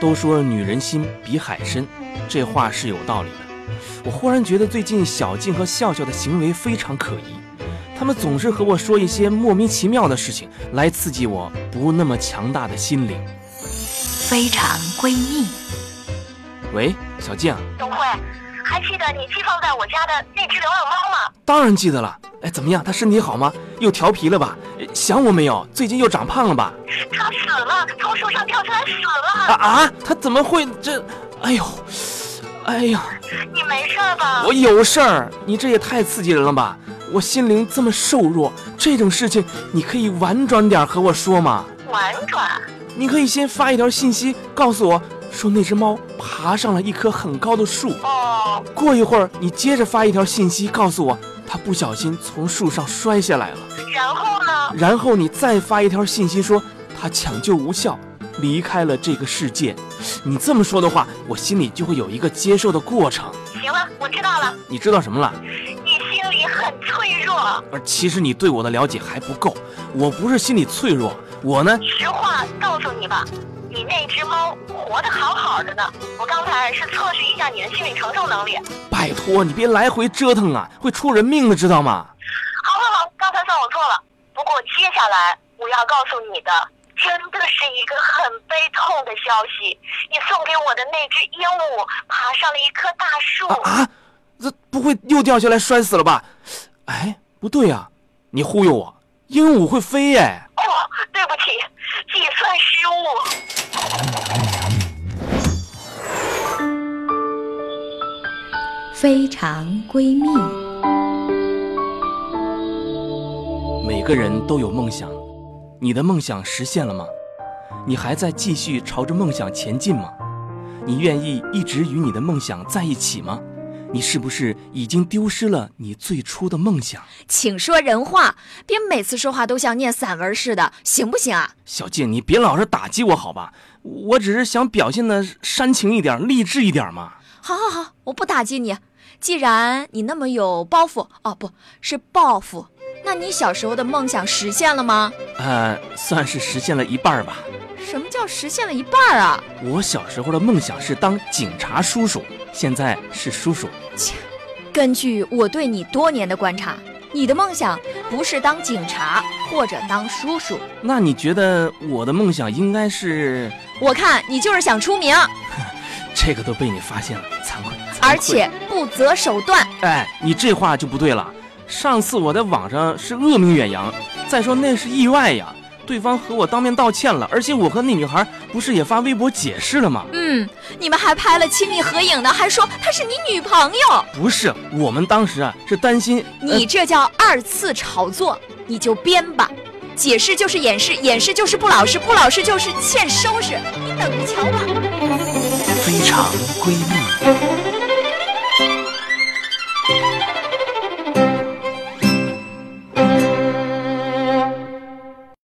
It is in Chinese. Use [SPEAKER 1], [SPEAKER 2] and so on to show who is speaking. [SPEAKER 1] 都说女人心比海深，这话是有道理的。我忽然觉得最近小静和笑笑的行为非常可疑，他们总是和我说一些莫名其妙的事情，来刺激我不那么强大的心灵。
[SPEAKER 2] 非常闺蜜，
[SPEAKER 1] 喂，小静啊，
[SPEAKER 3] 董慧，还记得你寄放在我家的那只流浪猫吗？
[SPEAKER 1] 当然记得了。哎，怎么样？她身体好吗？又调皮了吧？哎想我没有？最近又长胖了吧？
[SPEAKER 3] 它死了，从树上跳下来死
[SPEAKER 1] 啊
[SPEAKER 3] 了。
[SPEAKER 1] 啊！她怎么会这？哎呦，哎呀！
[SPEAKER 3] 你没事儿吧
[SPEAKER 1] 我？有事儿，你这也太刺激人了吧！我心灵这么瘦弱，这种事情你可以婉转点儿和我说嘛。
[SPEAKER 3] 婉转，
[SPEAKER 1] 你可以先发一条信息告诉我，说那只猫爬上了一棵很高的树。
[SPEAKER 3] 哦，
[SPEAKER 1] 过一会儿，你接着发一条信息告诉我，它不小心从树上摔下来了。
[SPEAKER 3] 然后呢？
[SPEAKER 1] 然后你再发一条信息说它抢救无效，离开了这个世界。你这么说的话，我心里就会有一个接受的过程。
[SPEAKER 3] 行了，我知道了，
[SPEAKER 1] 你知道什么了？
[SPEAKER 3] 你心里很脆弱。
[SPEAKER 1] 而其实你对我的了解还不够，我不是心理脆弱，我呢，
[SPEAKER 3] 实话告诉你吧，你那只猫活得好好的呢。我刚才是测试一下你的心理承受能力。
[SPEAKER 1] 拜托你别来回折腾啊，会出人命的，知道吗？
[SPEAKER 3] 好了好了，刚才算我错了。不过接下来我要告诉你的，真的是一个很悲痛的消息。你送给我的那只鹦鹉爬上了一棵大树。
[SPEAKER 1] 啊啊，这不会又掉下来摔死了吧？哎，不对呀、你忽悠我，鹦鹉会飞哎！
[SPEAKER 3] 哦，对不起，计算失误。
[SPEAKER 2] 非常闺蜜，
[SPEAKER 1] 每个人都有梦想，你的梦想实现了吗？你还在继续朝着梦想前进吗？你愿意一直与你的梦想在一起吗？你是不是已经丢失了你最初的梦想？
[SPEAKER 4] 请说人话，别每次说话都像念散文似的，行不行啊？
[SPEAKER 1] 小静，你别老是打击我好吧？我只是想表现的煽情一点、励志一点嘛。
[SPEAKER 4] 好好好，我不打击你。既然你那么有包袱，哦，不是抱负，那你小时候的梦想实现了吗？
[SPEAKER 1] 呃，算是实现了一半儿吧。
[SPEAKER 4] 什么叫实现了一半儿啊？
[SPEAKER 1] 我小时候的梦想是当警察叔叔，现在是叔叔。
[SPEAKER 4] 根据我对你多年的观察，你的梦想不是当警察或者当叔叔，
[SPEAKER 1] 那你觉得我的梦想应该是？
[SPEAKER 4] 我看你就是想出名，
[SPEAKER 1] 这个都被你发现了，惭愧。惭愧
[SPEAKER 4] 而且，不择手段。
[SPEAKER 1] 哎，你这话就不对了。上次我在网上是恶名远扬，再说那是意外呀，对方和我当面道歉了，而且我和那女孩不是也发微博解释了吗？
[SPEAKER 4] 嗯，你们还拍了亲密合影呢，还说她是你女朋友，
[SPEAKER 1] 不是，我们当时啊是担心
[SPEAKER 4] 你这叫二次炒作，你就编吧。解释就是掩饰，掩饰就是不老实，不老实就是欠收拾，你等着瞧吧。
[SPEAKER 1] 非常闺蜜。